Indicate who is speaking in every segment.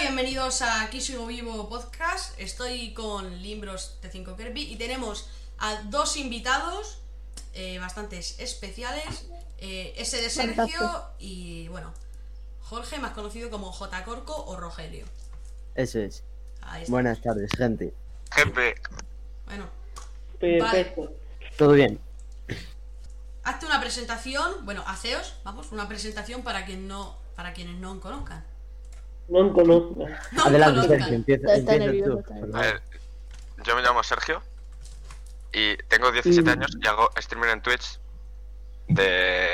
Speaker 1: bienvenidos a Aquí Sigo Vivo Podcast. Estoy con Limbros T5 Kirby y tenemos a dos invitados eh, bastantes especiales. eh, ese de Sergio
Speaker 2: Fantástico.
Speaker 1: y, bueno, Jorge, más conocido como J. Corco o Rogelio.
Speaker 3: Eso es.
Speaker 1: Ahí está.
Speaker 3: Buenas tardes, gente.
Speaker 4: Jefe,
Speaker 1: Bueno,
Speaker 2: Perfecto.
Speaker 3: ¿Todo bien?
Speaker 1: hazte una presentación, bueno, haceos, vamos, una presentación para, quien no, para quienes no conozcan.
Speaker 2: No conozco.
Speaker 1: No
Speaker 3: Adelante,
Speaker 1: conozcan.
Speaker 3: Sergio, empieza,
Speaker 2: Está- está
Speaker 3: empieza
Speaker 2: nervioso,
Speaker 3: tú.
Speaker 2: está
Speaker 3: por
Speaker 4: a
Speaker 3: favor.
Speaker 4: ver, yo me llamo Sergio y tengo 17
Speaker 3: Mm.
Speaker 4: años y hago streamer en Twitch de...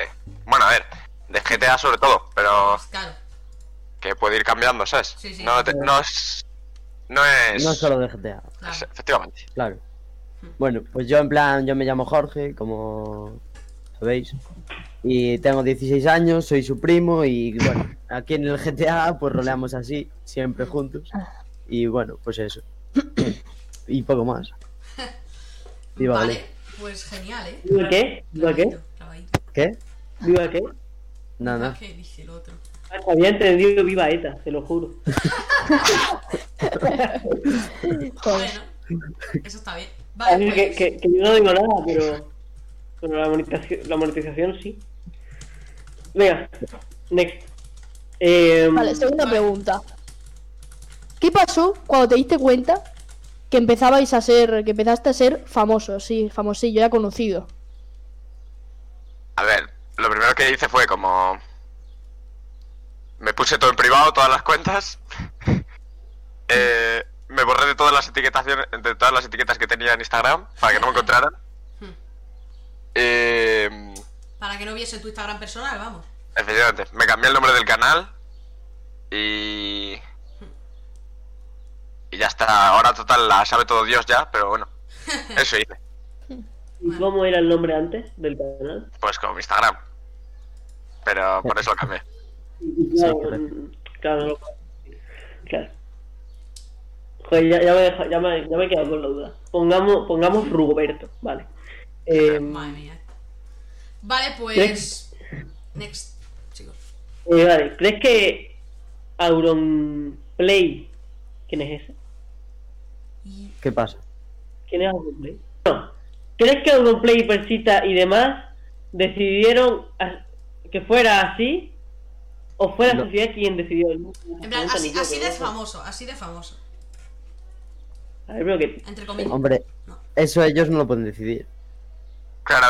Speaker 4: Bueno, a ver, de GTA sobre todo, pero
Speaker 1: Claro,
Speaker 4: que puede ir cambiando, ¿sabes?
Speaker 1: Sí, sí.
Speaker 4: No, te- no es... No es...
Speaker 3: No solo de GTA,
Speaker 1: claro.
Speaker 4: es- Efectivamente.
Speaker 3: claro. Bueno, pues yo en plan, yo me llamo Jorge, como sabéis. Y tengo 16 años, soy su primo y bueno, aquí en el GTA pues roleamos así, siempre juntos. Y bueno, pues eso. y poco más. Diva,
Speaker 1: Vale, pues genial, ¿eh?
Speaker 2: ¿Viva qué? ¿Viva qué?
Speaker 1: Clavadito, clavadito.
Speaker 3: ¿Qué?
Speaker 2: ¿Viva qué?
Speaker 3: Nada.
Speaker 1: ¿Qué dice el otro?
Speaker 2: Ah, Había entendido viva ETA, te lo juro.
Speaker 1: Bueno, eso está bien.
Speaker 2: Es
Speaker 1: Vale,
Speaker 2: decir, que,
Speaker 1: pues,
Speaker 2: que- que yo no digo nada, pero, pero la, monetización, la monetización sí. Venga, next. Eh,
Speaker 5: Vale, segunda
Speaker 1: Vale.
Speaker 5: pregunta. ¿Qué pasó cuando te diste cuenta que empezabais a ser, que empezaste a ser famoso, sí, famosillo, ya conocido?
Speaker 4: A ver, lo primero que hice fue como... Me puse todo en privado, todas las cuentas. Eh, me borré de todas las etiquetaciones, de todas las etiquetas que tenía en Instagram para que no me encontraran.
Speaker 1: Hmm.
Speaker 4: Eh,
Speaker 1: para que no viese tu Instagram personal, vamos.
Speaker 4: efectivamente, me cambié el nombre del canal y y ya está. Ahora total la sabe todo Dios ya, pero bueno, eso hice.
Speaker 2: ¿y ¿Cómo era el nombre antes del canal?
Speaker 4: Pues como mi Instagram, pero por eso lo cambié.
Speaker 2: Y Claro,
Speaker 3: correcto.
Speaker 2: mm, claro, no lo puedo decir. claro. Joder, ya, ya me, he dejado- ya, me, ya me he quedado con la duda. Pongamos, pongamos Ruberto, vale. Eh,
Speaker 1: Madre mía. Vale, pues. Next, chicos.
Speaker 2: Eh, vale, ¿crees que Auron Play ¿Quién es ese?
Speaker 1: Y-
Speaker 3: ¿Qué pasa?
Speaker 2: ¿Quién es Auron Play? No. ¿Crees que Auron Play, Persita y demás decidieron a- que fuera así? ¿O fue la
Speaker 3: No.
Speaker 2: sociedad quien decidió?
Speaker 1: En plan, así, así de famoso, así de famoso.
Speaker 2: A ver, pero que...
Speaker 1: Entre comillas.
Speaker 3: Hombre,
Speaker 1: No.
Speaker 3: eso ellos no lo pueden decidir.
Speaker 4: Claro,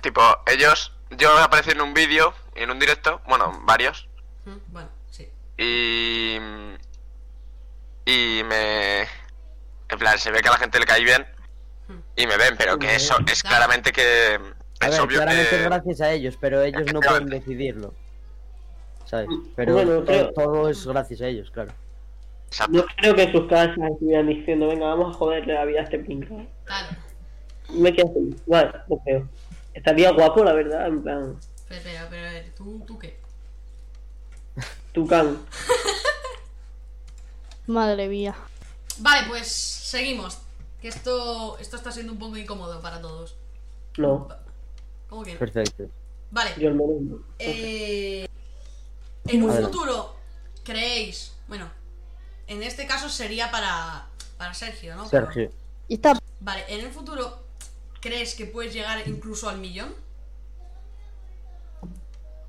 Speaker 4: tipo, ellos, yo aparecí en un vídeo, en un directo, bueno, varios,
Speaker 1: Mm, Bueno, sí.
Speaker 4: y... Y me... En plan, se ve que a la gente le cae bien y me ven, pero que eso es claramente que...
Speaker 3: A
Speaker 4: Es
Speaker 3: ver,
Speaker 4: obvio
Speaker 3: claramente
Speaker 4: que...
Speaker 3: gracias a ellos, pero ellos no
Speaker 4: Claro.
Speaker 3: pueden decidirlo. ¿Sabes? Pero
Speaker 2: Bueno,
Speaker 3: to-
Speaker 2: creo-
Speaker 3: todo, es gracias a ellos, claro.
Speaker 2: No creo que en sus casas estuvieran diciendo, venga, vamos a joderle la vida a este pinca.
Speaker 1: Claro.
Speaker 2: Me quedo feliz. Vale, no creo. Estaría guapo, la verdad, en plan...
Speaker 1: Pero, pero, pero, a ver, ¿tú, tú qué?
Speaker 2: Tucán.
Speaker 5: Madre mía.
Speaker 1: Vale, pues seguimos. Que esto, esto está siendo un poco incómodo para todos.
Speaker 2: No,
Speaker 1: ¿Cómo que no?
Speaker 3: Perfecto.
Speaker 1: Vale.
Speaker 2: yo al menos no.
Speaker 1: Eh, en un
Speaker 3: Adelante.
Speaker 1: futuro, creéis, bueno, en este caso sería para, para Sergio, ¿no? Pero-
Speaker 3: Sergio.
Speaker 5: Y está
Speaker 1: vale, en el futuro, ¿crees que puedes llegar incluso al millón?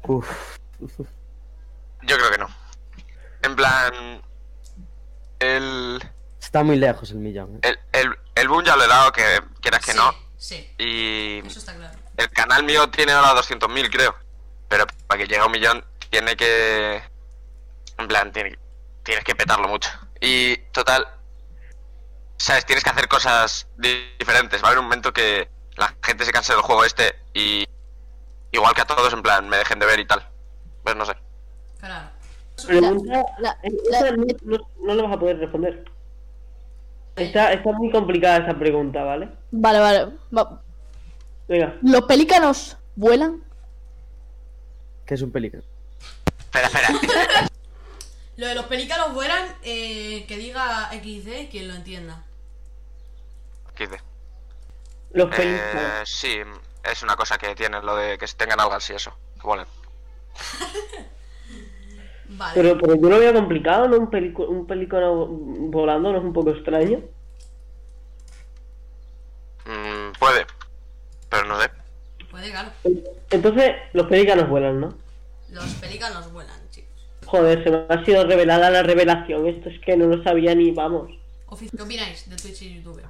Speaker 3: Uf.
Speaker 4: Yo creo que no. En plan... El...
Speaker 3: Está muy lejos el millón. ¿eh?
Speaker 4: El, el, el boom ya lo he dado, que quieras que
Speaker 1: sí,
Speaker 4: no.
Speaker 1: Sí,
Speaker 4: Y
Speaker 1: eso está claro.
Speaker 4: el canal mío tiene ahora 200.000, creo. Pero para que llegue a un millón, tiene que. En plan, tiene- tienes que petarlo mucho. Y total. ¿Sabes? Tienes que hacer cosas di- diferentes. Va a haber un momento que la gente se canse del juego este y. Igual que a todos, en plan, me dejen de ver y tal. Pues no sé.
Speaker 1: Claro.
Speaker 2: Pregunta,
Speaker 5: la-
Speaker 2: esa no, no- no la vas a poder responder. Está, está muy complicada esa pregunta, ¿vale?
Speaker 5: Vale, vale. va-
Speaker 2: Venga,
Speaker 5: ¿Los pelícanos vuelan?
Speaker 3: Que es un peligro.
Speaker 4: Espera, espera.
Speaker 1: Lo de los pelícanos vuelan, eh, que diga XD quien lo entienda.
Speaker 4: ¿Qué dice?
Speaker 2: los
Speaker 4: Eh,
Speaker 2: pelícanos.
Speaker 4: sí, es una cosa que tienen, lo de que tengan algas y eso. Que vuelen.
Speaker 1: Vale.
Speaker 2: Pero, pero yo lo veo complicado, ¿no? Un, pelicu- un pelícano vo- volando no es un poco extraño.
Speaker 4: Mm, puede, pero no sé.
Speaker 1: Puede, claro.
Speaker 2: Entonces, los pelícanos vuelan, ¿no?
Speaker 1: Los pelícanos vuelan, chicos.
Speaker 2: Joder, se me ha sido revelada la revelación. Esto es que no lo sabía ni vamos.
Speaker 1: Ofici- ¿Qué opináis de Twitch y YouTube?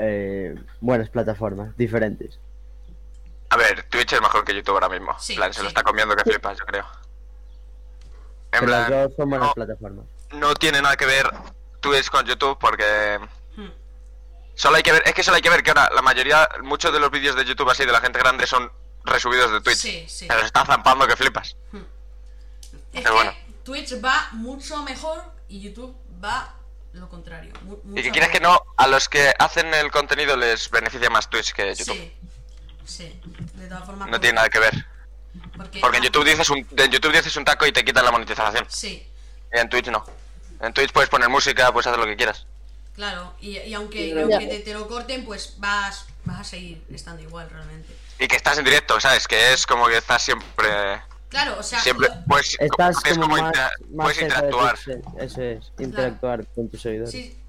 Speaker 3: Eh, buenas plataformas, diferentes.
Speaker 4: A ver, Twitch es mejor que YouTube ahora mismo.
Speaker 1: Sí,
Speaker 4: en plan, se
Speaker 1: sí.
Speaker 4: lo está comiendo que flipas, yo creo. En
Speaker 3: Pero las
Speaker 4: plan,
Speaker 3: dos son buenas
Speaker 4: no-
Speaker 3: plataformas.
Speaker 4: no tiene nada que ver Twitch con YouTube porque
Speaker 1: Hmm.
Speaker 4: solo hay que ver, es que solo hay que ver que ahora la mayoría, muchos de los vídeos de YouTube así de la gente grande son resubidos de Twitch.
Speaker 1: Sí, sí.
Speaker 4: Pero está zampando que flipas.
Speaker 1: Es
Speaker 4: Pero bueno.
Speaker 1: que Twitch va mucho mejor y YouTube va lo contrario. mu-
Speaker 4: Y
Speaker 1: mucho
Speaker 4: que quieras que no, a los que hacen el contenido les beneficia más Twitch que YouTube.
Speaker 1: Sí, sí. De todas formas.
Speaker 4: No tiene nada que ver.
Speaker 1: Porque,
Speaker 4: Porque en YouTube dices un, en YouTube dices un taco y te quitan la monetización.
Speaker 1: Sí,
Speaker 4: Y en Twitch no. En Twitch puedes poner música, puedes hacer lo que quieras.
Speaker 1: claro. Y, y aunque,
Speaker 2: Sí,
Speaker 1: y
Speaker 2: verdad.
Speaker 1: aunque te, te lo corten, pues vas, vas a seguir estando igual realmente.
Speaker 4: Y que estás en directo, ¿sabes? Que es como que estás siempre...
Speaker 1: Claro, o sea.
Speaker 4: Siempre
Speaker 1: lo-
Speaker 4: puedes,
Speaker 3: Estás
Speaker 4: puedes
Speaker 3: como
Speaker 4: como
Speaker 3: más,
Speaker 4: intera-
Speaker 3: más cerca
Speaker 4: puedes
Speaker 3: de
Speaker 4: interactuar.
Speaker 3: Twitch, Eso es, interactuar con tus seguidores.
Speaker 1: sí,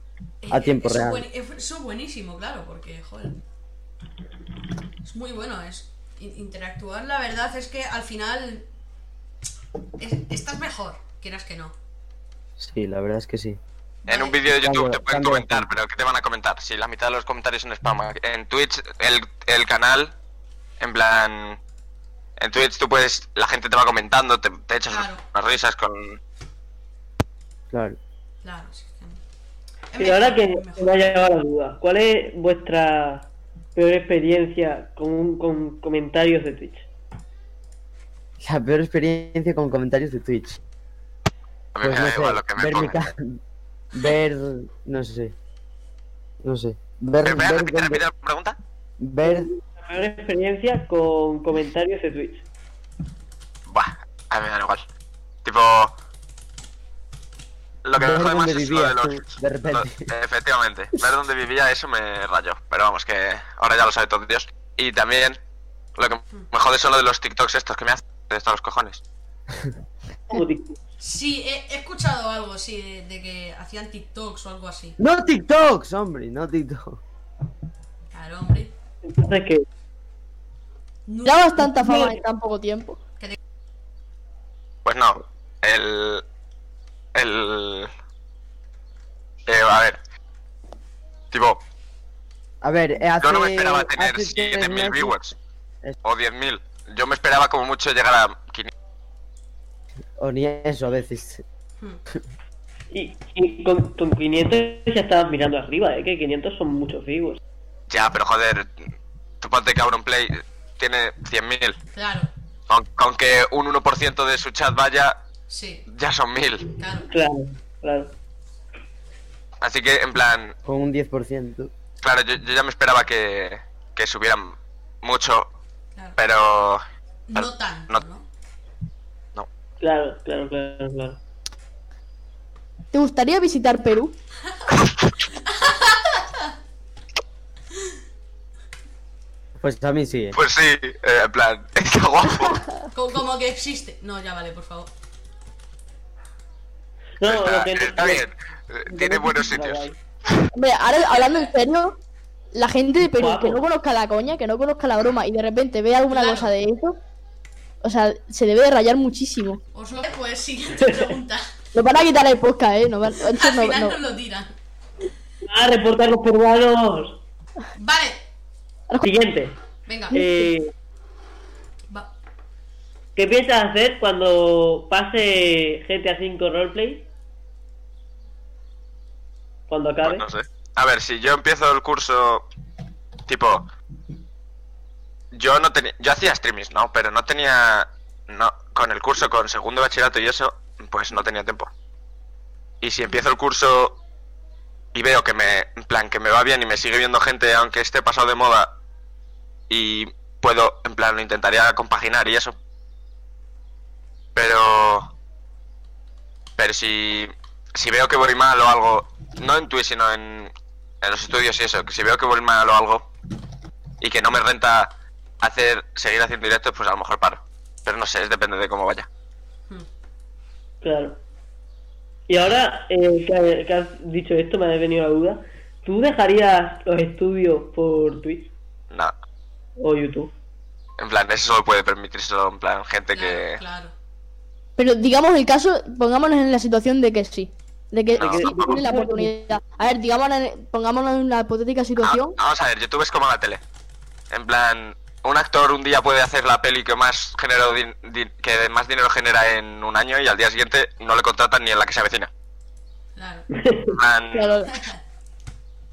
Speaker 3: A
Speaker 1: eh,
Speaker 3: tiempo
Speaker 1: eso
Speaker 3: real.
Speaker 1: buen- eso es buenísimo, claro, porque, joder. Es muy bueno, es. in- Interactuar, la verdad es que al final. es- estás mejor, quieras que no.
Speaker 3: Sí, la verdad es que sí.
Speaker 4: En
Speaker 1: Vale.
Speaker 4: un vídeo de YouTube
Speaker 3: Cambio-
Speaker 4: te pueden
Speaker 3: cambio de
Speaker 4: comentar, pero ¿qué te van a comentar? Si la mitad de los comentarios son spam. En Twitch, el, el canal, en plan. En Twitch tú puedes. La gente te va comentando, te, te echas
Speaker 1: Claro.
Speaker 4: unas risas con.
Speaker 3: Claro.
Speaker 1: Claro, sí. es
Speaker 2: Y ahora que
Speaker 1: mejor, es
Speaker 2: me ha
Speaker 1: mejor.
Speaker 2: llegado la duda, ¿cuál es vuestra peor experiencia con, un- con comentarios de Twitch?
Speaker 3: La peor experiencia con comentarios de Twitch.
Speaker 4: A mí
Speaker 3: Pues
Speaker 4: me
Speaker 3: no
Speaker 4: da
Speaker 3: sé,
Speaker 4: igual lo que me
Speaker 3: ver mi
Speaker 4: pongan.
Speaker 3: ca- Ver. No sé. No sé. Ver.
Speaker 4: Espera,
Speaker 3: ver,
Speaker 4: repite,
Speaker 3: ver-
Speaker 4: repite la pregunta.
Speaker 3: ver-
Speaker 2: La peor experiencia con comentarios de Twitch.
Speaker 4: Buah, a mí me da igual. Tipo. Lo que me
Speaker 3: Ver
Speaker 4: jode más
Speaker 3: dónde
Speaker 4: es lo de
Speaker 3: vivías
Speaker 4: los.
Speaker 3: tú, de repente.
Speaker 4: lo- efectivamente, ver dónde vivía, eso me rayó. Pero vamos, que ahora ya lo sabe todo Dios. Y también, lo que me jode son lo de los TikToks estos que me hacen hasta los cojones.
Speaker 2: Como TikTok.
Speaker 1: Sí, he, he escuchado algo, sí, de, de que hacían TikToks o algo así.
Speaker 3: No TikToks, hombre, no TikTok.
Speaker 1: Claro, hombre.
Speaker 2: Entonces, que
Speaker 1: No-
Speaker 5: Dabas tanta fama en tan poco tiempo.
Speaker 4: Pues no, el. El. eh, a ver. Tipo,
Speaker 3: A ver, eh, hace.
Speaker 4: yo no me esperaba tener
Speaker 3: hace tres
Speaker 4: 7.000
Speaker 3: meses-
Speaker 4: viewers
Speaker 3: Es-
Speaker 4: o 10.000. Yo me esperaba como mucho llegar a 500.
Speaker 3: O ni eso a veces.
Speaker 1: Hmm.
Speaker 2: y, y con, con 500 ya estabas mirando arriba, ¿eh? que 500 son muchos vivos.
Speaker 4: Ya, pero joder, tú ponte que Auronplay tiene 100.000.
Speaker 1: Claro,
Speaker 4: Con, con que un 1% de su chat vaya,
Speaker 1: sí,
Speaker 4: ya son 1.000.
Speaker 1: claro.
Speaker 2: Claro, claro.
Speaker 4: Así que, en plan,
Speaker 3: Con un 10%.
Speaker 4: claro, yo, yo ya me esperaba que, que subieran mucho,
Speaker 1: claro.
Speaker 4: pero.
Speaker 1: No tanto,
Speaker 4: no.
Speaker 1: ¿no?
Speaker 4: No.
Speaker 2: Claro, claro, claro, claro.
Speaker 5: ¿Te gustaría visitar Perú?
Speaker 3: Pues a mí sí. eh.
Speaker 4: Pues sí, eh, en plan, qué guapo.
Speaker 1: Co- Como que existe. No, ya vale, por favor.
Speaker 2: No,
Speaker 4: está,
Speaker 2: lo que no-
Speaker 4: está bien. Eh, Tiene buenos sitios.
Speaker 5: Hombre, ahora hablando en serio, la gente de Perú
Speaker 2: Guapo.
Speaker 5: que no conozca la coña, que no conozca la broma y de repente ve alguna
Speaker 1: Claro.
Speaker 5: cosa de eso, o sea, se debe de rayar muchísimo.
Speaker 1: Os lo pues siguiente pregunta.
Speaker 5: Nos van a quitar el podcast, eh. Nos van- antes
Speaker 1: Al
Speaker 5: no-
Speaker 1: final
Speaker 5: no.
Speaker 1: nos lo tiran.
Speaker 2: ¡Ah, reportar los peruanos!
Speaker 1: Vale,
Speaker 2: Siguiente.
Speaker 1: venga.
Speaker 2: Eh,
Speaker 1: Va.
Speaker 2: ¿Qué piensas hacer cuando pase GTA V Roleplay? Cuando acabe.
Speaker 4: Pues no sé. A ver, si yo empiezo el curso, tipo, yo no tenía, yo hacía streamings, ¿no? Pero no tenía, no, con el curso, con segundo de bachillerato y eso, pues no tenía tiempo. Y si empiezo el curso y veo que me, en plan, que me va bien y me sigue viendo gente, aunque esté pasado de moda, y puedo, en plan, lo intentaría compaginar y eso. Pero, pero si, si veo que voy mal o algo, no en Twitch, sino en, en los estudios y eso, que si veo que voy mal o algo y que no me renta hacer seguir haciendo directos, pues a lo mejor paro. Pero no sé, es depende de cómo vaya.
Speaker 1: Hmm.
Speaker 2: Claro. Y ahora eh, que, que has dicho esto, me ha venido la duda. ¿Tú dejarías los estudios por Twitch
Speaker 4: Nada.
Speaker 2: o YouTube?
Speaker 4: En plan, eso solo puede permitírselo, en plan, gente que.
Speaker 1: Claro, claro.
Speaker 5: Pero digamos el caso, pongámonos en la situación de que sí. De que
Speaker 1: Ah,
Speaker 4: No.
Speaker 5: sí tiene la oportunidad. A ver, digámonos, en- pongámonos en una hipotética situación.
Speaker 4: Ah, Vamos a ver, YouTube es como la tele. En plan, un actor un día puede hacer la peli que más genera din- din- que más dinero genera en un año y al día siguiente no le contratan ni en la que se avecina.
Speaker 1: claro.
Speaker 4: En plan,
Speaker 5: Claro,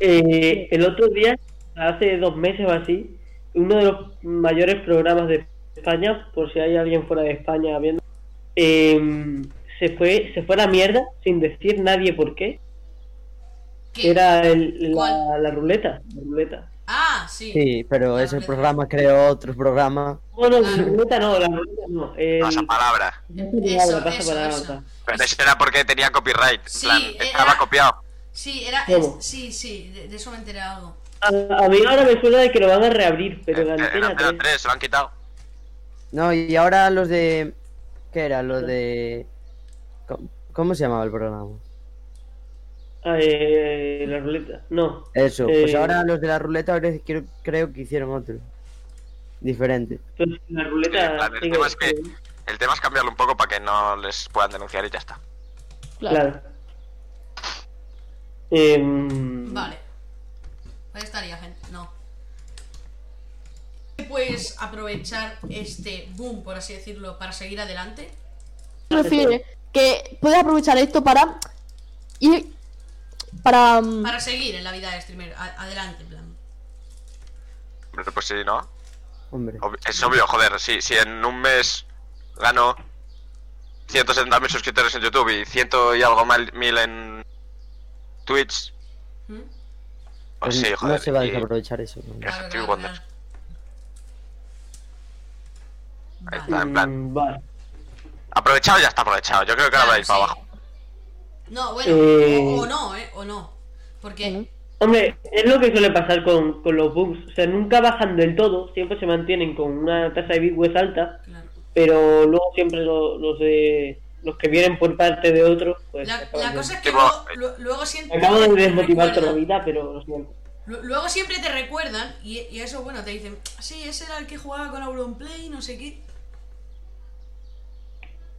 Speaker 2: Eh, el otro día, hace dos meses o así, uno de los mayores programas de España, por si hay alguien fuera de España viendo, eh, se fue se fue a la mierda sin decir nadie por qué.
Speaker 1: ¿Qué?
Speaker 2: Era el- la,
Speaker 1: ¿Cuál?
Speaker 2: la ruleta. La ruleta.
Speaker 1: Ah, sí.
Speaker 3: Sí, pero
Speaker 1: La
Speaker 3: ese
Speaker 1: ruleta.
Speaker 3: programa creó otro programa.
Speaker 2: Bueno,
Speaker 1: Ah.
Speaker 2: la ruleta no, la ruleta no. el-
Speaker 4: pasa palabra.
Speaker 1: Eso,
Speaker 2: pasa
Speaker 1: eso,
Speaker 2: para la
Speaker 1: eso.
Speaker 2: otra.
Speaker 4: Pero eso era porque tenía copyright. En
Speaker 1: Sí,
Speaker 4: plan,
Speaker 1: era-
Speaker 4: estaba copiado.
Speaker 1: Sí, era.
Speaker 2: ¿Cómo?
Speaker 1: es- sí, sí, de, de eso me enteré algo.
Speaker 2: A, a mí ahora me suena de que lo van a reabrir, pero
Speaker 4: En-
Speaker 2: la
Speaker 4: en
Speaker 2: antena
Speaker 4: Antena
Speaker 2: 3.
Speaker 4: 3 se lo han quitado.
Speaker 3: No, y ahora los de. ¿Qué era? Los de. ¿Cómo, cómo se llamaba el programa?
Speaker 2: Ah, eh, la ruleta. No.
Speaker 3: Eso, pues
Speaker 2: Eh,
Speaker 3: ahora los de la ruleta ahora creo, creo que hicieron otro. Diferente.
Speaker 2: Pues la
Speaker 4: Sí,
Speaker 2: ruleta.
Speaker 4: en plan, el,
Speaker 2: sigue-
Speaker 4: tema es que, el tema es cambiarlo un poco para que no les puedan denunciar y ya está.
Speaker 5: claro.
Speaker 2: Claro. Em,
Speaker 1: Vale. Ahí estaría, gente. No. Puedes aprovechar este boom, por así decirlo, para seguir adelante.
Speaker 5: Se refiere que puedes aprovechar esto para ir para mm,
Speaker 1: Para seguir en la vida de streamer. a- adelante, en plan.
Speaker 4: Pero pues sí, ¿no?
Speaker 3: Hombre.
Speaker 4: Ob- es obvio, joder, si, si en un mes gano 170.000 suscriptores en YouTube y 100 y algo mal- mil en Twitch,
Speaker 1: ¿Mm?
Speaker 4: pues
Speaker 3: Pues
Speaker 4: sí,
Speaker 3: no
Speaker 4: joder.
Speaker 3: se va a
Speaker 4: y-
Speaker 3: desaprovechar eso. ¿no?
Speaker 4: Ya. Efectivo Wonders. Ahí
Speaker 1: Vale.
Speaker 4: está, en plan.
Speaker 2: mm, Vale.
Speaker 4: Aprovechado ya está aprovechado. Yo creo que ahora va a ir para
Speaker 1: Claro,
Speaker 4: abajo.
Speaker 1: sí. No, bueno,
Speaker 2: Eh.
Speaker 1: o, o no, ¿eh? O no. Porque.
Speaker 5: Bueno.
Speaker 2: Hombre, es lo que suele pasar con, con los bugs. O sea, nunca bajan del todo, siempre se mantienen con una tasa de bitwise alta,
Speaker 1: Claro.
Speaker 2: pero luego siempre lo- los de los que vienen por parte de otros, pues.
Speaker 1: La,
Speaker 2: acaban
Speaker 1: la
Speaker 2: de-
Speaker 1: cosa es que
Speaker 4: Tipo,
Speaker 1: luego, lu- luego siempre.
Speaker 2: Acabo de
Speaker 1: te
Speaker 2: desmotivar toda la
Speaker 1: recuerdan-
Speaker 2: vida, pero lo siento.
Speaker 1: lu- Luego siempre te recuerdan y, y eso, bueno, te dicen, sí, ese era el que jugaba con Auronplay, no sé qué.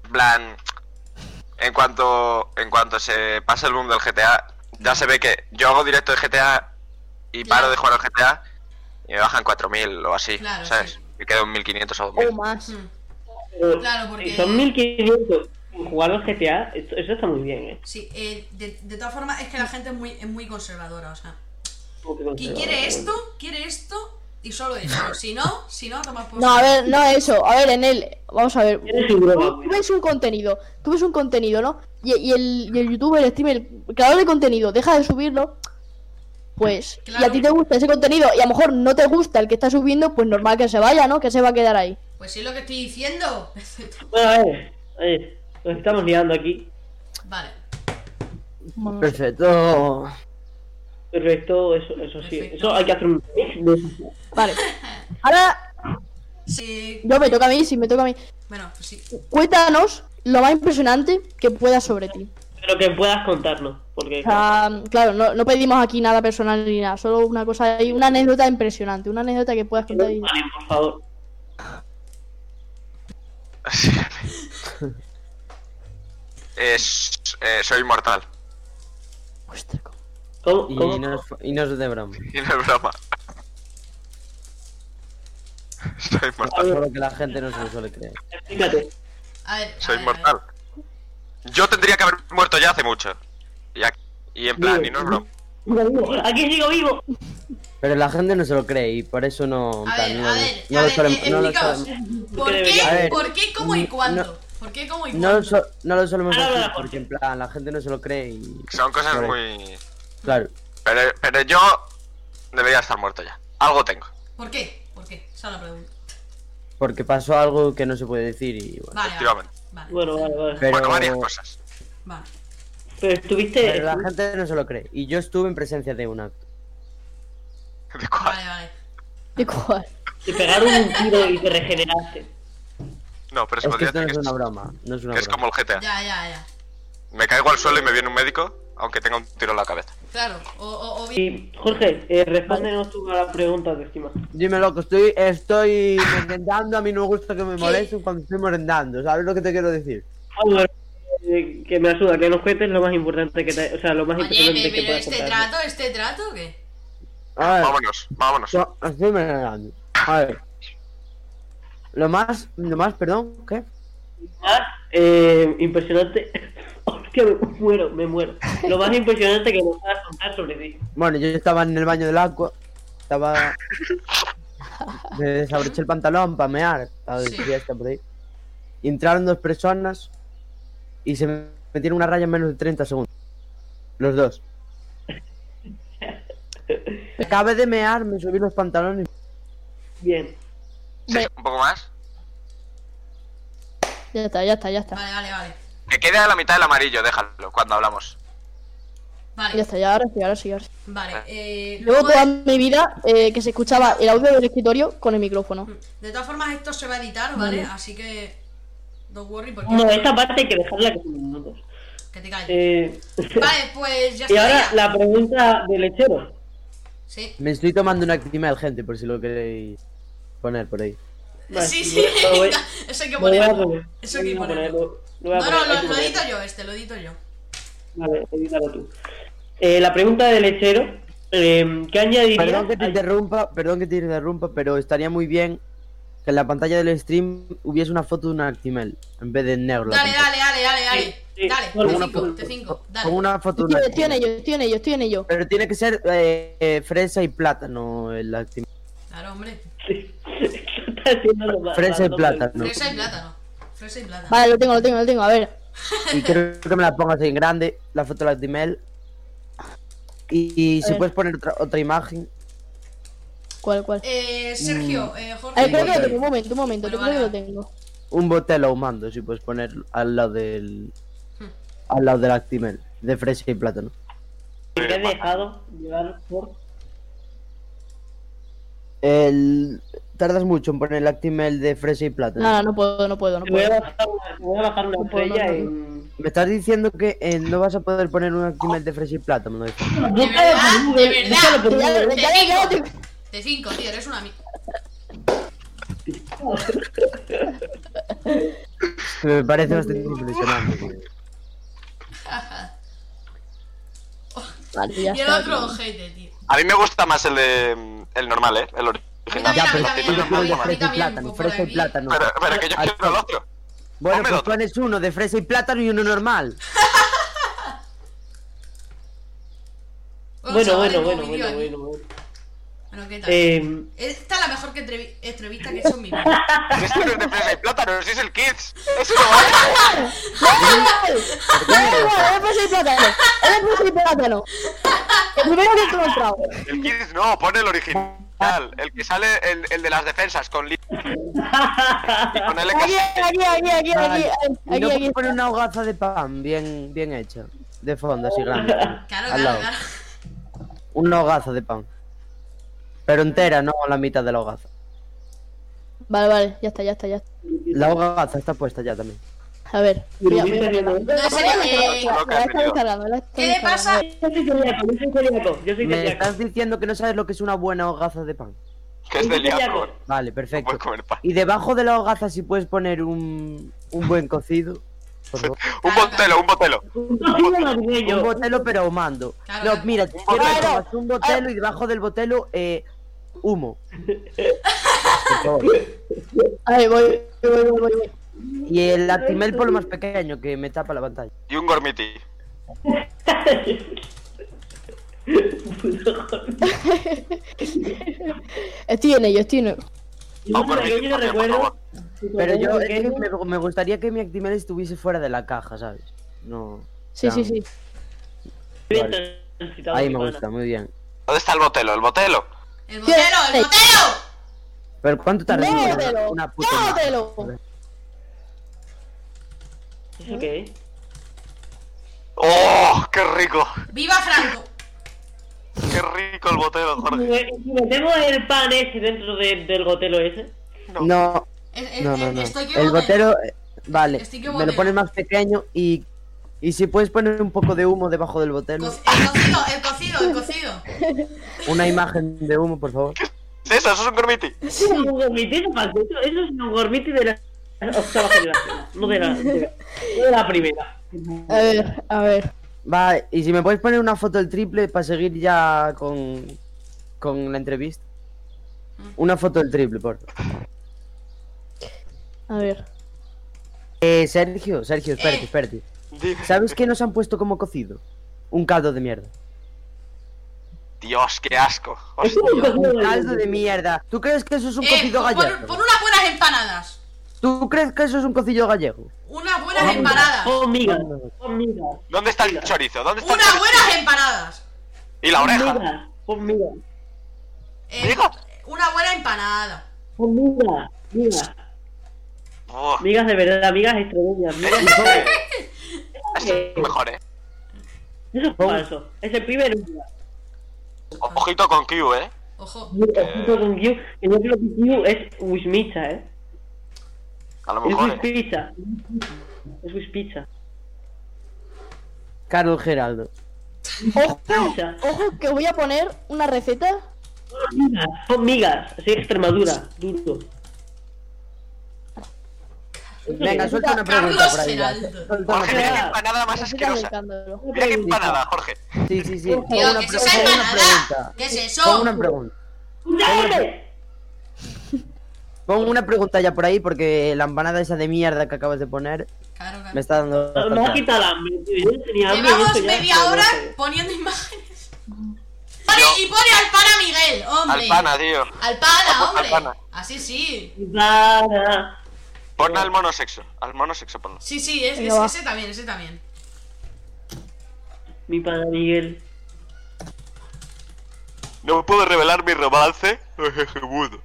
Speaker 4: En plan. En cuanto, en cuanto se pase el boom del GTA, ya se ve que yo hago directo de GTA y paro
Speaker 1: Claro.
Speaker 4: de jugar al GTA y me bajan 4.000 o así,
Speaker 1: Claro,
Speaker 4: ¿sabes?
Speaker 1: sí.
Speaker 4: Me quedo en 1.500 o 2.000.
Speaker 5: o más.
Speaker 1: Hmm,
Speaker 2: Pero
Speaker 1: Claro, porque-
Speaker 2: si son 1500 sin jugar al GTA, esto- eso está muy bien, ¿eh?
Speaker 1: Sí, eh, de, de todas formas es que la gente es muy, es muy conservadora, o sea.
Speaker 2: Como que
Speaker 1: Quien
Speaker 2: conservador,
Speaker 1: quiere
Speaker 2: ¿no?
Speaker 1: esto, quiere esto y solo eso. Si no, si no, toma por
Speaker 5: No, a ver, no eso. A ver, en él, vamos a ver.
Speaker 2: Tiene su broma, pues.
Speaker 5: Tú ves un contenido, tú ves un contenido, ¿no? Y, y el, y el youtuber, el streamer, el creador de contenido deja de subirlo, pues, y
Speaker 1: Claro.
Speaker 5: a ti te gusta ese contenido, y a lo mejor no te gusta el que está subiendo, pues normal que se vaya, ¿no? Que se va a quedar ahí.
Speaker 1: Pues sí, es lo que estoy diciendo.
Speaker 2: Bueno, a ver, a ver, nos estamos liando aquí.
Speaker 1: vale.
Speaker 3: Perfecto.
Speaker 2: Perfecto, eso, eso sí.
Speaker 1: Perfecto.
Speaker 2: Eso hay que hacer un mix de eso.
Speaker 5: Vale. Ahora,
Speaker 1: Sí,
Speaker 5: yo me toca a mí, sí, me toca a mí.
Speaker 1: bueno, pues sí.
Speaker 5: Cuéntanos lo más impresionante que puedas sobre ti.
Speaker 2: Pero que puedas contarnos, porque
Speaker 5: O
Speaker 1: Ah,
Speaker 5: sea, claro, no, no pedimos aquí nada personal ni nada, solo una cosa, ahí, una anécdota impresionante, una anécdota que puedas contar. y-
Speaker 2: Vale, por favor.
Speaker 4: es, eh, soy inmortal.
Speaker 5: Ostras, cómo-
Speaker 2: ¿Cómo, cómo?
Speaker 3: Y nos, y nos celebramos.
Speaker 4: Y no es broma. Soy inmortal.
Speaker 3: Solo que la gente no se lo suele creer.
Speaker 2: Explícate.
Speaker 1: A ver. a
Speaker 4: Soy
Speaker 1: ver, a ver.
Speaker 4: inmortal. Yo tendría que haber muerto ya hace mucho. Y, ac- y en plan, y no es broma.
Speaker 2: Sigo vivo, Aquí sigo vivo.
Speaker 3: Pero la gente no se lo cree y por eso no. en
Speaker 1: A
Speaker 3: plan,
Speaker 1: ver,
Speaker 3: no
Speaker 1: a
Speaker 3: lo-
Speaker 1: ver,
Speaker 3: no
Speaker 1: a
Speaker 3: lo
Speaker 1: ver,
Speaker 3: solemos-
Speaker 1: eh,
Speaker 3: no lo
Speaker 1: explicaos.
Speaker 3: solemos-
Speaker 1: ¿Por
Speaker 2: A
Speaker 1: qué?
Speaker 3: ver,
Speaker 1: ¿Por qué? ¿Cómo y
Speaker 3: no-
Speaker 1: cuándo? ¿Por qué? ¿Cómo y
Speaker 3: no
Speaker 1: cuándo?
Speaker 3: lo so- no lo solemos
Speaker 2: Ahora
Speaker 3: decir
Speaker 2: hablamos.
Speaker 3: porque en plan la gente no se lo cree y.
Speaker 4: Son cosas
Speaker 3: Vale.
Speaker 4: muy.
Speaker 3: Claro.
Speaker 4: Pero, pero yo debería estar muerto ya. Algo tengo.
Speaker 1: ¿Por qué? ¿Por qué? Esa es la pregunta.
Speaker 3: Porque pasó algo que no se puede decir y
Speaker 1: Vale,
Speaker 3: bueno.
Speaker 1: vale.
Speaker 4: Efectivamente.
Speaker 1: Vale.
Speaker 2: Bueno, vale, vale.
Speaker 3: Pero,
Speaker 4: Bueno, varias cosas.
Speaker 1: Vale.
Speaker 2: Pero estuviste.
Speaker 3: pero la gente no se lo cree. Y yo estuve en presencia de un acto.
Speaker 4: ¿De cuál?
Speaker 1: Vale, vale.
Speaker 5: ¿De cuál?
Speaker 2: Te pegaron un tiro y te regeneraste.
Speaker 4: No, pero
Speaker 3: Es
Speaker 4: como
Speaker 3: que esto no
Speaker 4: dice
Speaker 3: es
Speaker 4: Pues que
Speaker 3: una
Speaker 4: es-
Speaker 3: broma, no es una
Speaker 4: que es como
Speaker 3: broma.
Speaker 4: el GTA.
Speaker 1: Ya, ya, ya.
Speaker 4: Me caigo al suelo y me viene un médico, aunque tenga un tiro en la cabeza.
Speaker 1: Claro. O, o, o bien.
Speaker 2: Y, Jorge, eh, respóndenos tú a la pregunta de encima.
Speaker 3: Dime loco, estoy, estoy merendando, a mí no me gusta que me
Speaker 1: ¿Qué?
Speaker 3: molesten cuando estoy merendando, ¿sabes lo que te quiero decir?
Speaker 2: Álvaro, eh, que me ayuda, que nos cuentes lo más importante que te, o sea, lo más
Speaker 1: Oye,
Speaker 2: importante
Speaker 1: pe-
Speaker 2: que
Speaker 1: pero
Speaker 2: puedas
Speaker 1: este
Speaker 2: contar.
Speaker 1: trato, este trato, ¿o ¿qué?
Speaker 3: A ver,
Speaker 4: Vámonos, vámonos.
Speaker 3: yo estoy merendando, a ver. Lo más, lo más, perdón, ¿qué?
Speaker 2: Más, eh, impresionante. Hostia, me muero, me muero. Lo más impresionante que nos puedas contar sobre ti.
Speaker 3: Bueno, yo estaba en el baño del agua, estaba... Me desabroché el pantalón para mear, estaba de
Speaker 1: Sí.
Speaker 3: fiesta por ahí. Y entraron dos personas y se me metieron una raya en menos de 30 segundos. Los dos. Acabé de mear, me subí los pantalones.
Speaker 2: Bien.
Speaker 4: Sí, un poco más.
Speaker 5: Ya está, ya está, ya está.
Speaker 1: Vale, vale, vale.
Speaker 4: Que quede a la mitad el amarillo, déjalo, cuando hablamos.
Speaker 5: Ya
Speaker 1: Vale,
Speaker 5: está, Ah, ya ahora sí, ahora sí, ahora sí.
Speaker 1: vale. Eh,
Speaker 5: Luego
Speaker 1: luego
Speaker 5: toda
Speaker 1: de,
Speaker 5: mi vida eh, que se escuchaba el audio del escritorio con el micrófono.
Speaker 1: de todas formas, esto se va a editar, ¿vale? Así que. Don't worry, porque.
Speaker 2: No, esta parte hay que dejarla que minutos.
Speaker 1: Que te calles.
Speaker 2: Eh,
Speaker 1: Vale, pues ya
Speaker 2: y
Speaker 1: está.
Speaker 2: ahora
Speaker 1: ya.
Speaker 2: la pregunta del lechero.
Speaker 1: Sí.
Speaker 3: Me estoy tomando una Actimel, gente, por si lo queréis poner por ahí.
Speaker 2: Vale,
Speaker 1: sí, sí.
Speaker 2: lo voy-
Speaker 1: Eso hay que
Speaker 2: Lo voy a
Speaker 1: ponerlo.
Speaker 2: poner.
Speaker 1: Eso hay que
Speaker 2: Lo voy a
Speaker 1: ponerlo.
Speaker 2: ponerlo, lo voy a
Speaker 1: No, no,
Speaker 2: poner, hay
Speaker 1: lo,
Speaker 2: que
Speaker 1: lo edito
Speaker 2: ponerlo.
Speaker 1: yo, este, lo edito yo.
Speaker 2: Vale, edítalo tú. Eh, la pregunta del lechero. eh, ¿Qué añadirías?
Speaker 3: Perdón que te
Speaker 2: al-
Speaker 3: interrumpa, perdón que te interrumpa, pero estaría muy bien que en la pantalla del stream hubiese una foto de una Actimel en vez de en negro. la
Speaker 1: Dale,
Speaker 3: pantalla.
Speaker 1: dale, dale, dale,
Speaker 2: Sí,
Speaker 1: dale.
Speaker 2: sí,
Speaker 1: Dale,
Speaker 2: con
Speaker 3: una
Speaker 1: T5,
Speaker 2: foto.
Speaker 1: T5,
Speaker 3: Con
Speaker 1: dale.
Speaker 3: una
Speaker 5: Estoy,
Speaker 3: foto de una
Speaker 5: estoy en
Speaker 3: Actimel.
Speaker 5: ello, estoy en ello, estoy en ello.
Speaker 3: Pero tiene que ser eh, eh, fresa y plátano el Actimel.
Speaker 1: Claro, hombre.
Speaker 2: Sí. Esto está haciendo lo más
Speaker 3: Fresa y
Speaker 2: random
Speaker 3: plátano.
Speaker 1: Fresa y plátano. Fresa y plátano.
Speaker 5: Vale, lo tengo, lo tengo, lo tengo. A ver,
Speaker 3: Y quiero que me la pongas ahí en grande, la foto de la Actimel. Y, y
Speaker 5: A
Speaker 3: si
Speaker 5: ver.
Speaker 3: puedes poner otra, otra imagen.
Speaker 5: ¿cuál, cuál?
Speaker 1: Eh, Sergio, eh,
Speaker 5: A
Speaker 1: Jorge.
Speaker 5: ver, creo que lo
Speaker 3: vale.
Speaker 5: tengo, un momento, un momento, yo
Speaker 1: Vale,
Speaker 5: creo que lo
Speaker 1: vale.
Speaker 5: tengo.
Speaker 3: Un botel ahumando, si puedes poner al lado del.
Speaker 1: Hmm.
Speaker 3: Al lado del Actimel, de fresa y plátano.
Speaker 2: que Te has dejado llevar por.
Speaker 3: El... Tardas mucho en poner el Actimel de fresa y plátano.
Speaker 5: Nada, no puedo, no puedo, no
Speaker 2: Te voy a
Speaker 5: puedo.
Speaker 2: bajar una, te voy a bajar una
Speaker 5: No puedo,
Speaker 2: estrella
Speaker 5: no, no.
Speaker 2: en.
Speaker 3: Me estás diciendo que eh, no vas a poder poner un Actimel de fresa y plátano. ¿no?
Speaker 1: De verdad, de verdad.
Speaker 5: Ya, ya, ya, ya, ya,
Speaker 1: Te
Speaker 5: ya.
Speaker 1: digo. T5, tío, eres una mi...
Speaker 3: Me parece bastante impresionante. tío.
Speaker 5: Vale, ya
Speaker 1: Y el
Speaker 5: está. ¡Ah!
Speaker 1: otro ojete, tío.
Speaker 4: A mí me gusta más el de el normal, ¿eh? El original.
Speaker 1: Ya,
Speaker 3: Ya,
Speaker 1: pero
Speaker 3: pero
Speaker 1: a mí
Speaker 3: tú
Speaker 1: también,
Speaker 3: no
Speaker 1: a mí
Speaker 3: pones
Speaker 1: también, un
Speaker 3: fresa y
Speaker 1: poco
Speaker 3: plátano, fresa
Speaker 1: de
Speaker 3: y
Speaker 1: mí.
Speaker 3: plátano.
Speaker 4: Pero, pero que yo
Speaker 3: Al-
Speaker 4: quiero el otro.
Speaker 3: Bueno,
Speaker 4: Pónmelo.
Speaker 3: pues pones uno de fresa y plátano y uno normal.
Speaker 2: Bueno,
Speaker 1: chavales,
Speaker 2: bueno,
Speaker 1: no
Speaker 2: bueno,
Speaker 1: vídeo
Speaker 2: bueno,
Speaker 1: aquí.
Speaker 2: bueno, bueno.
Speaker 1: Bueno, ¿qué tal?
Speaker 2: Eh,
Speaker 1: Esta es la mejor que entrevi- entrevista que he hecho en mi vida.
Speaker 4: Este no es de fresa y plátano, si es ¿eh? el Kids. Eso no vale.
Speaker 5: ¡El fresa y plátano! ¡El fresa y plátano! El primero que he encontrado.
Speaker 4: El Kids no, pon el original. El que sale, el, el de las defensas, con Lee. Y con L
Speaker 5: Aquí, aquí, aquí, aquí, aquí,
Speaker 3: Vale. Y
Speaker 5: aquí,
Speaker 3: no
Speaker 5: aquí.
Speaker 3: puedes poner una hogaza de pan bien, bien hecha. De fondo, así grande.
Speaker 1: Claro,
Speaker 3: Al
Speaker 1: claro,
Speaker 3: lado.
Speaker 1: claro.
Speaker 3: Una hogaza de pan. Pero entera, no la mitad de la hogaza.
Speaker 5: Vale, vale, ya está, ya está, ya está.
Speaker 3: La hogaza está puesta ya también.
Speaker 5: A ver. mira, mira, mira.
Speaker 1: No, en serio, eh,
Speaker 5: La- la está descargando, la está
Speaker 1: ¿Qué le
Speaker 5: descargando.
Speaker 1: pasa?
Speaker 2: Yo soy celíaco, yo soy celíaco, yo soy
Speaker 3: Me
Speaker 2: celíaco.
Speaker 3: estás diciendo que no sabes lo que es una buena hogaza de pan.
Speaker 4: que es de Liaco.
Speaker 3: Vale,
Speaker 4: No
Speaker 3: perfecto.
Speaker 4: puedes comer pan.
Speaker 3: Y debajo de la hogaza si puedes poner un, un buen cocido. por favor.
Speaker 4: Un botelo, un botelo.
Speaker 2: Un tocino madrileño.
Speaker 3: Un botelo pero ahumando.
Speaker 1: Claro,
Speaker 3: No,
Speaker 1: claro.
Speaker 3: mira,
Speaker 4: Un
Speaker 3: quiero que
Speaker 4: botelo.
Speaker 3: pongas un botelo y debajo del botelo eh, humo. Por favor.
Speaker 5: A ver, voy, voy, voy, voy, voy.
Speaker 3: Y el actimel por lo más pequeño que me tapa la pantalla.
Speaker 4: Y un gormiti.
Speaker 5: Estoy en ello, estoy en ello.
Speaker 2: Yo
Speaker 4: Un
Speaker 2: por
Speaker 4: gormiti,
Speaker 2: aquello
Speaker 4: por
Speaker 2: recuerdo.
Speaker 4: favor.
Speaker 3: Pero yo es que
Speaker 2: Aquello-
Speaker 3: me, me gustaría que mi actimel estuviese fuera de la caja, ¿sabes? No.
Speaker 5: Sí,
Speaker 3: Claro.
Speaker 5: sí, sí.
Speaker 2: bien
Speaker 3: Vale.
Speaker 2: transitado,
Speaker 3: Ahí
Speaker 2: mi
Speaker 3: me
Speaker 2: pana.
Speaker 3: gusta, muy bien.
Speaker 4: ¿Dónde está el botelo? El botelo.
Speaker 1: ¡El botero, el botero!
Speaker 3: Pero ¿cuánto tarda en una-
Speaker 5: Bótelo,
Speaker 3: una puta hora?
Speaker 5: bótelo.
Speaker 2: ¿Eso qué es?
Speaker 4: ¡Oh! ¡Qué rico!
Speaker 1: ¡Viva Franco!
Speaker 4: ¡Qué rico el botelo, Jorge!
Speaker 2: Si metemos el pan ese dentro de- del gotelo ese.
Speaker 4: No.
Speaker 3: No,
Speaker 1: El, el-
Speaker 3: No, no,
Speaker 1: el-
Speaker 3: no.
Speaker 1: estoy que
Speaker 3: El
Speaker 1: bote.
Speaker 3: botero, eh, vale,
Speaker 1: Estoy que
Speaker 3: me
Speaker 1: botero.
Speaker 3: lo pones más pequeño y, y si puedes poner un poco de humo debajo del botero,
Speaker 1: Co- El cocido, el cocido, el cocido.
Speaker 3: una imagen de humo, por favor.
Speaker 4: César, sos un gormiti.
Speaker 2: Eso es un gormiti, eso, falso, eso- eso es un gormiti de la octava generación. No de la, de la- no de la primera.
Speaker 5: A ver, a ver.
Speaker 3: Va, y si me puedes poner una foto del triple para seguir ya con, con la entrevista.
Speaker 1: Mm.
Speaker 3: Una foto del triple, por favor.
Speaker 5: A ver.
Speaker 3: Eh, Sergio, Sergio, espérate,
Speaker 1: Eh.
Speaker 3: espérate.
Speaker 4: Dime.
Speaker 3: ¿Sabes qué nos han puesto como cocido? Un caldo de mierda.
Speaker 4: Dios, qué asco.
Speaker 2: Es como un
Speaker 4: Hostia.
Speaker 2: cocido
Speaker 3: Un caldo de
Speaker 2: gallego.
Speaker 3: mierda. ¿Tú crees que eso es un
Speaker 1: Eh,
Speaker 3: cocido
Speaker 1: pon-
Speaker 3: gallego?
Speaker 1: pon, unas buenas empanadas.
Speaker 3: ¿Tú crees que eso es un cocido gallego?
Speaker 1: Unas buenas empanadas.
Speaker 3: Oh.
Speaker 2: Son migas, son migas.
Speaker 4: ¿Dónde está el chorizo? ¿Dónde está el
Speaker 1: Unas
Speaker 4: chorizo?
Speaker 1: buenas empanadas.
Speaker 4: Y la oreja.
Speaker 2: Migas, son migas,
Speaker 1: Eh,
Speaker 4: Digo.
Speaker 1: una buena empanada.
Speaker 2: son migas, migas.
Speaker 4: Buah,
Speaker 2: Migas de verdad, migas extremeñas, migas
Speaker 4: Eso es mejor, eh.
Speaker 2: Eso es falso. Ese pibe no miga.
Speaker 4: Ojito con Q, eh.
Speaker 1: Ojo.
Speaker 2: Ojito con Q, que yo creo que Q es Wismicha, eh.
Speaker 4: A lo
Speaker 2: Es
Speaker 4: mejor, eh.
Speaker 2: Wispizza. Es Wispizza.
Speaker 3: Carol Geraldo.
Speaker 5: Ojo,
Speaker 2: Pizza.
Speaker 5: ojo que voy a poner una receta.
Speaker 2: Migas, son migas. Así Extremadura, duro.
Speaker 3: Venga, suelta una pregunta
Speaker 1: Carlos
Speaker 3: por ahí. ya.
Speaker 1: Geraldo.
Speaker 3: Suelta una
Speaker 4: Jorge, mira qué
Speaker 3: pregunta.
Speaker 4: empanada más
Speaker 5: Receta de
Speaker 4: asquerosa.
Speaker 5: escándalo.
Speaker 4: Mira qué empanada, Jorge.
Speaker 3: Sí, sí, sí.
Speaker 2: Tío,
Speaker 3: Pon
Speaker 1: Tío,
Speaker 3: una
Speaker 1: que eso
Speaker 3: pre-
Speaker 1: es
Speaker 3: pon una
Speaker 1: empanada.
Speaker 3: pregunta.
Speaker 1: ¿Qué es
Speaker 3: Pon
Speaker 1: eso?
Speaker 3: una pregunta.
Speaker 2: ¡Dale!
Speaker 3: Pon una pregunta ya por ahí porque la empanada esa de mierda que acabas de poner
Speaker 1: Claro, claro.
Speaker 3: me está dando.
Speaker 2: Me ha
Speaker 3: bastante-
Speaker 2: quitado el hambre, tío. Yo no tenía hambre. y
Speaker 1: Llevamos
Speaker 2: esto ya
Speaker 1: media
Speaker 2: es
Speaker 1: hora
Speaker 2: terrible.
Speaker 1: poniendo imágenes. Pone,
Speaker 4: Yo-
Speaker 1: y pone al pana Miguel, hombre.
Speaker 4: Al pana, tío.
Speaker 1: Al pana,
Speaker 4: Al-
Speaker 1: hombre.
Speaker 4: al pana.
Speaker 1: Así sí.
Speaker 2: Para.
Speaker 4: Pon al monosexo. Al monosexo, ponlo.
Speaker 1: Sí, sí, es,
Speaker 5: Venga,
Speaker 1: es-
Speaker 5: va.
Speaker 1: ese también, ese también.
Speaker 2: Mi pana Miguel.
Speaker 4: No puedo revelar mi romance. Jejebudo.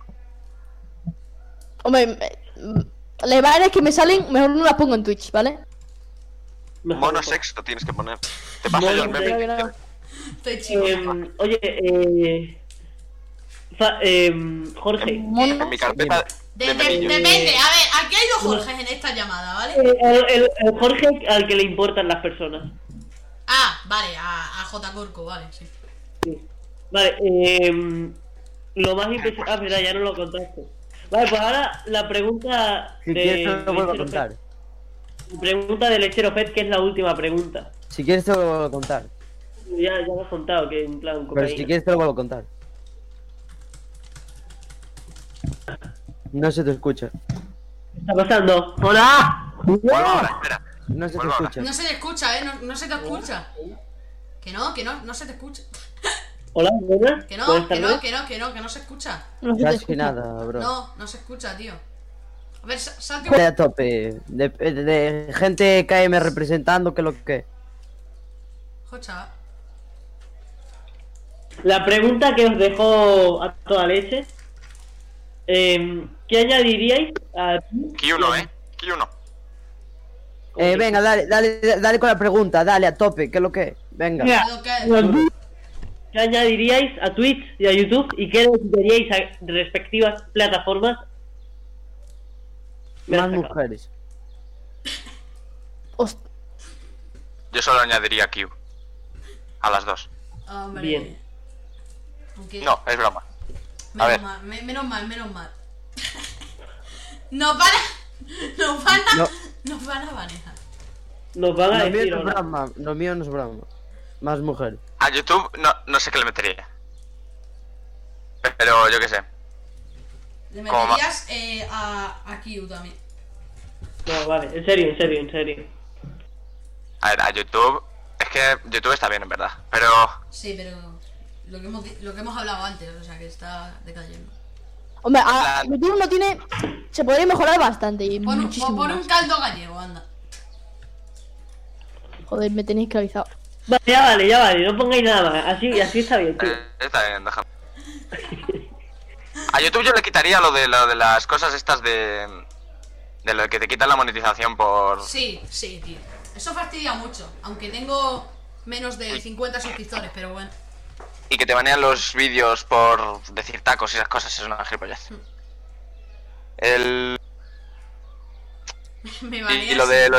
Speaker 5: Hombre, me- las imágenes que me salen, mejor no las pongo en Twitch, ¿vale?
Speaker 2: Mejor,
Speaker 4: Monosexo tienes que poner. Te paso yo el meme.
Speaker 5: Creo
Speaker 4: que
Speaker 5: que no.
Speaker 4: quieras.
Speaker 1: Estoy Este chico.
Speaker 2: mejor. Em, oye, eh, fa- em, Jorge.
Speaker 4: En
Speaker 5: Mono.
Speaker 4: mi carpeta.
Speaker 1: De-
Speaker 4: de
Speaker 1: de-
Speaker 4: memillos.
Speaker 1: depende, a ver, aquí hay dos Jorges en esta llamada, ¿vale?
Speaker 2: El, el- el Jorge al que le importan las personas.
Speaker 1: Ah, vale, a, a J. Corco, vale, sí.
Speaker 2: Vale, em, lo más impresionante. Ah, mira, ya no lo contaste. Vale, pues ahora la pregunta.
Speaker 3: Si
Speaker 2: de
Speaker 3: quieres te lo vuelvo a
Speaker 2: Lechero
Speaker 3: contar.
Speaker 2: Fed. La pregunta de Lechero Fed, que es la última pregunta.
Speaker 3: Si quieres te lo vuelvo a contar.
Speaker 2: Ya, ya lo has contado, que en plan.
Speaker 3: Pero
Speaker 2: Cocaína.
Speaker 3: si quieres te lo vuelvo a contar. No se te escucha.
Speaker 2: ¿Qué está pasando? ¡Hola!
Speaker 4: Vuelvo ahora, espera.
Speaker 3: No se te
Speaker 4: Vuelvo a hablar.
Speaker 3: escucha.
Speaker 1: No se te escucha, ¿eh? No, no se te escucha. Que no, que no, no se te escucha.
Speaker 2: Hola, buenas.
Speaker 1: Que no,
Speaker 2: Buenas
Speaker 1: que no,
Speaker 2: tardes.
Speaker 1: que no, que no, que no se escucha.
Speaker 5: No se te
Speaker 3: Casi
Speaker 5: escucha.
Speaker 3: nada, bro.
Speaker 1: No, no se escucha, tío. A ver, sa- salte
Speaker 3: Vale
Speaker 1: un...
Speaker 3: a tope. De, de- de gente KM representando que lo que.
Speaker 1: Jocha.
Speaker 2: La pregunta que os dejó a toda leche. em, ¿Qué añadiríais a
Speaker 4: Q1, eh. Q1.
Speaker 3: Eh, venga, dale, dale, dale con la pregunta, dale a tope, que lo que. Venga.
Speaker 2: Mira,
Speaker 1: Lo que-
Speaker 2: ¿Qué añadiríais a Twitch y a YouTube y qué le quitaríais a respectivas plataformas? Me
Speaker 3: Más
Speaker 2: has sacado.
Speaker 3: mujeres.
Speaker 5: Host-
Speaker 4: Yo solo añadiría Q. A las dos.
Speaker 1: Hombre.
Speaker 2: Bien.
Speaker 1: Aunque-
Speaker 4: No, es broma.
Speaker 1: menos,
Speaker 4: ver.
Speaker 1: Mal, me- menos mal, menos mal. nos van a... Nos van a...
Speaker 3: No.
Speaker 1: Nos van a banear.
Speaker 2: Nos van a
Speaker 3: Lo mío
Speaker 2: decir
Speaker 3: no es
Speaker 2: hola.
Speaker 3: broma, lo mío no es broma. Más mujer.
Speaker 4: A YouTube no, no sé qué le metería. Pero yo qué sé.
Speaker 1: Le
Speaker 4: ¿Cómo va?
Speaker 1: meterías eh, a, a Kiu también.
Speaker 2: No, vale, en serio, en serio, en serio.
Speaker 4: A ver, a YouTube. Es que YouTube está bien, en verdad. Pero.
Speaker 1: Sí, pero... Lo que, hemos, di- lo que hemos hablado antes, o sea, que está decayendo.
Speaker 5: Hombre, a-
Speaker 4: Plan.
Speaker 5: YouTube no tiene. Se podría mejorar bastante y
Speaker 1: Pon, un-
Speaker 5: muchísimo.
Speaker 1: pon un
Speaker 5: más.
Speaker 1: caldo gallego, anda.
Speaker 5: Joder, me tenéis esclavizado.
Speaker 2: Vale, ya vale, ya vale, no pongáis nada más. Así, así está bien, tío.
Speaker 4: eh, está bien, déjame. A YouTube yo le quitaría lo de, lo de las cosas estas de. De lo que te quitan la monetización por.
Speaker 1: Sí, sí, tío. Eso fastidia mucho. Aunque tengo menos de 50 suscriptores, pero bueno.
Speaker 4: Y que te banean los
Speaker 1: Mm.
Speaker 4: vídeos por decir tacos y esas cosas, es una gilipollez. El.
Speaker 1: Me
Speaker 4: Y,
Speaker 1: baneas.
Speaker 4: y lo, de, lo,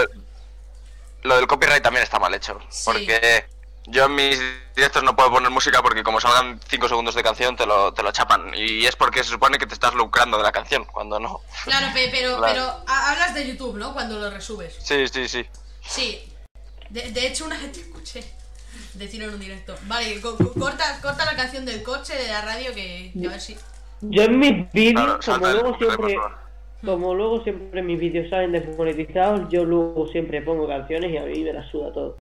Speaker 4: lo del copyright también está mal hecho.
Speaker 1: Sí.
Speaker 4: Porque yo en mis directos no puedo poner música porque como salgan 5 segundos de canción te lo, te lo chapan. Y es porque se supone que te estás lucrando de la canción, cuando no.
Speaker 1: Claro, pe- pero,
Speaker 4: Claro.
Speaker 1: pero ha- hablas de YouTube, ¿no? Cuando lo resubes.
Speaker 4: Sí, sí, sí.
Speaker 1: Sí. De, de hecho, una vez te escuché decir en un directo. Vale, co- co- corta, corta la canción del coche de la radio que, que a ver si.
Speaker 2: Yo en mis
Speaker 4: Claro,
Speaker 2: vídeos,
Speaker 4: salta
Speaker 2: como
Speaker 4: del
Speaker 2: luego
Speaker 4: copyright, por
Speaker 2: siempre.
Speaker 4: favor.
Speaker 2: Como luego siempre mis vídeos salen desmonetizados, yo luego siempre pongo canciones y a mí me la suda todo.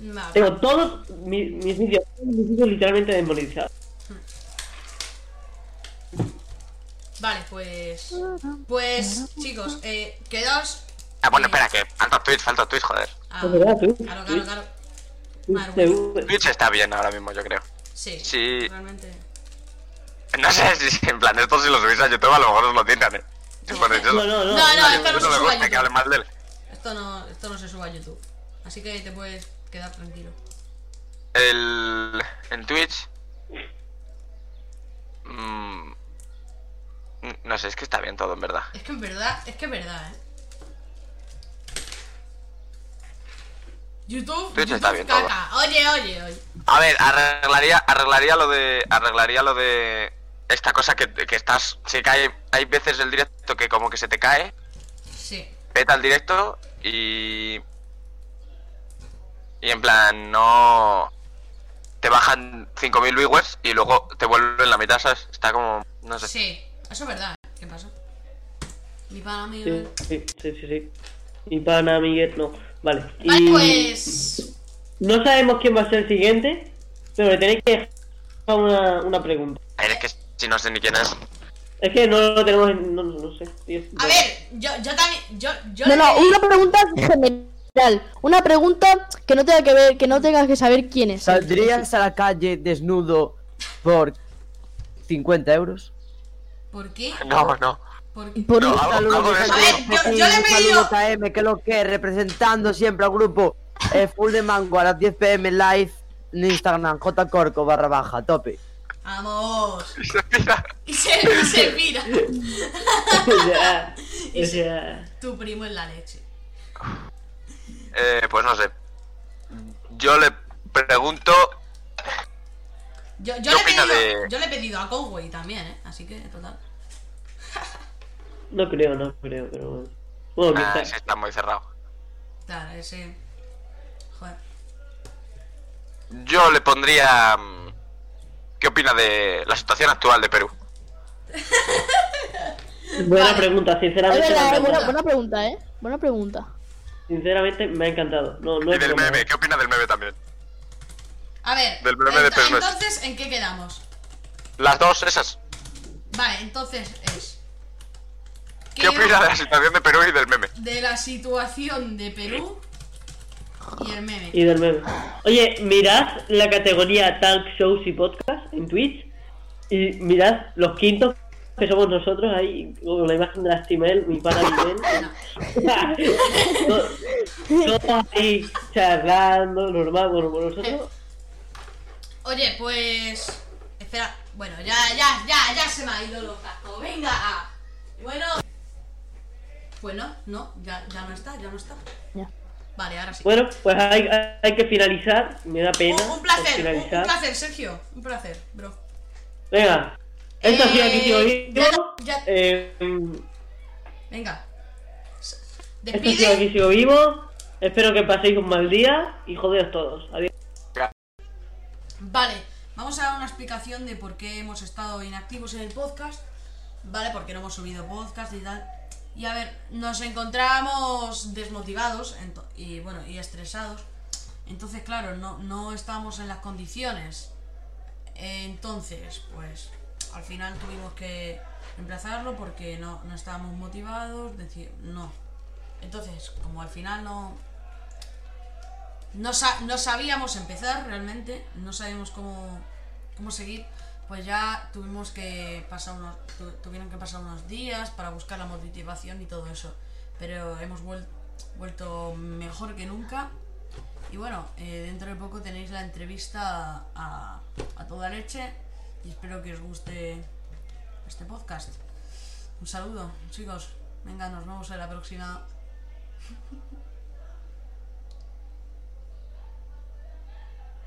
Speaker 1: Vale.
Speaker 2: Tengo todos mi- mis vídeos, todos mis vídeos literalmente desmonetizados.
Speaker 1: Vale, pues. Pues, chicos, eh, quedaos.
Speaker 4: Ah, bueno, espera, que falta Twitch, falta Twitch, joder.
Speaker 1: Ah,
Speaker 2: Es verdad, tú.
Speaker 1: Claro, claro, claro.
Speaker 2: tú
Speaker 1: Vale,
Speaker 2: te-
Speaker 1: bueno.
Speaker 4: Twitch está bien ahora mismo, yo creo.
Speaker 1: Sí.
Speaker 4: Sí.
Speaker 1: Realmente.
Speaker 4: No sé si, en plan, esto si lo subís a YouTube a lo mejor os lo tiran, eh. Bueno, yo-
Speaker 2: No, no,
Speaker 1: No,
Speaker 2: no.
Speaker 1: no,
Speaker 4: a
Speaker 1: esto no se
Speaker 4: YouTube no le
Speaker 1: suba a
Speaker 4: gusta que hablen
Speaker 1: YouTube.
Speaker 4: mal de él.
Speaker 1: Esto no, esto no se suba a YouTube. Así que te puedes quedar tranquilo.
Speaker 4: El, en Twitch. mm, no sé, es que está bien todo, en verdad.
Speaker 1: Es que en verdad, es que en verdad, eh. YouTube,
Speaker 4: Twitch
Speaker 1: YouTube
Speaker 4: está bien todo.
Speaker 1: caca. Oye, oye, oye.
Speaker 4: A ver, arreglaría, arreglaría lo de. Arreglaría lo de. Esta cosa que, que estás. Se cae. Hay veces el directo que como que se te cae.
Speaker 1: Sí.
Speaker 4: Peta el directo y. Y en plan, no. Te bajan 5.000 viewers y luego te vuelven la mitad, ¿sabes? Está como. No sé.
Speaker 1: Sí, eso es verdad. ¿eh? ¿Qué pasa? Mi pana mío.
Speaker 2: Sí, sí, sí, sí, sí. Mi pana Miguel, no. Vale.
Speaker 1: Vale,
Speaker 2: y
Speaker 1: pues.
Speaker 2: No sabemos quién va a ser el siguiente, pero le tenéis que dejar una, una pregunta.
Speaker 4: A ver, es que si no sé ni quién es.
Speaker 2: Es que no lo tenemos en... No, no sé. tío.
Speaker 1: A ver, yo, yo también. Yo, yo
Speaker 5: No,
Speaker 1: le
Speaker 5: no,
Speaker 1: pedí-
Speaker 5: una pregunta general. Una pregunta que no tenga que ver, que no tengas que saber quién es.
Speaker 3: ¿Saldrías a la calle desnudo por 50 euros?
Speaker 1: ¿Por qué?
Speaker 4: No, no.
Speaker 1: ¿Por qué?
Speaker 5: Por-
Speaker 4: No, algo, algo de eso.
Speaker 1: A ver, yo- yo le he pedido-
Speaker 3: Un saludo KM, que lo que es, representando siempre al grupo eh, Full de Mango a las 10 pm live en Instagram, jcorco barra baja, tope.
Speaker 1: Vamos.
Speaker 4: Se tira.
Speaker 1: Y se, y se mira.
Speaker 2: ya,
Speaker 1: Y se-
Speaker 2: ya.
Speaker 1: Tu primo en la leche.
Speaker 4: Eh, pues no sé. Yo le pregunto.
Speaker 1: Yo,
Speaker 4: ¿Qué
Speaker 1: yo, le he
Speaker 4: opina
Speaker 1: pedido,
Speaker 4: de-
Speaker 1: yo le he pedido a Conway también, ¿eh? Así que, total.
Speaker 2: No creo, no creo, pero bueno. Bueno,
Speaker 4: Ah,
Speaker 2: quizás.
Speaker 4: sí, está muy cerrado.
Speaker 1: Claro, ese. Joder.
Speaker 4: Yo le pondría. mm, ¿Qué opina de la situación actual de Perú?
Speaker 2: Buena
Speaker 1: Vale.
Speaker 2: pregunta,
Speaker 5: Es
Speaker 2: sinceramente.
Speaker 5: verdad,
Speaker 2: me ha
Speaker 5: eh, buena,
Speaker 2: encantado.
Speaker 5: buena pregunta, eh. Buena pregunta.
Speaker 2: Sinceramente me ha encantado. No, no
Speaker 4: Y
Speaker 2: es
Speaker 4: del
Speaker 2: broma. ¿eh?
Speaker 4: meme, ¿qué opina del meme también?
Speaker 1: A ver.
Speaker 4: Del meme de
Speaker 1: ento-
Speaker 4: Perú.
Speaker 1: entonces, ¿en qué quedamos?
Speaker 4: Las dos, esas.
Speaker 1: Vale, entonces es.
Speaker 4: ¿Qué opina de la situación de Perú y del meme?
Speaker 1: de la situación de Perú y el meme?
Speaker 2: Y del meme. Oye, mirad la categoría talk shows y podcast en Twitch y mirad los quintos que somos nosotros ahí con la imagen de las Timel, mi pana Timel. To- Todos ahí charlando, normal, bueno, con nosotros.
Speaker 1: Oye, pues. Espera. Bueno, ya, ya, ya, ya se me ha ido los cascos. Venga. Bueno. Bueno, no, ya, ya no está, ya no está.
Speaker 5: Ya.
Speaker 1: Vale, ahora sí.
Speaker 2: Bueno, pues hay, hay- hay que finalizar, me da pena.
Speaker 1: Un, un placer, un, un
Speaker 2: finalizar.
Speaker 1: placer, Sergio. Un placer, bro.
Speaker 2: Venga, esto ha sido aquí, tío.
Speaker 1: Eh,
Speaker 2: Vivo.
Speaker 1: ya- ya-
Speaker 2: Eh,
Speaker 1: Venga. S-
Speaker 2: esto ha sido
Speaker 1: Despide.
Speaker 2: aquí, sigo vivo. Espero que paséis un mal día y jodeos todos. Adiós.
Speaker 1: Vale, vamos a dar una explicación de por qué hemos estado inactivos en el podcast. Vale, porque no hemos subido podcast y tal. Y a ver, nos encontramos desmotivados ento- y bueno, y estresados. Entonces, claro, no, no estábamos en las condiciones. Entonces, pues al final tuvimos que reemplazarlo porque no, no estábamos motivados, decir, no. Entonces, como al final no, no, sa- no sabíamos empezar realmente, no sabíamos cómo, cómo seguir, pues ya tuvimos que pasar unos, tu- tuvieron que pasar unos días para buscar la motivación y todo eso. Pero hemos vuel- vuelto mejor que nunca. Y bueno, eh, dentro de poco tenéis la entrevista a, a toda leche y espero que os guste este podcast. Un saludo, chicos. Venga, nos vemos en la próxima.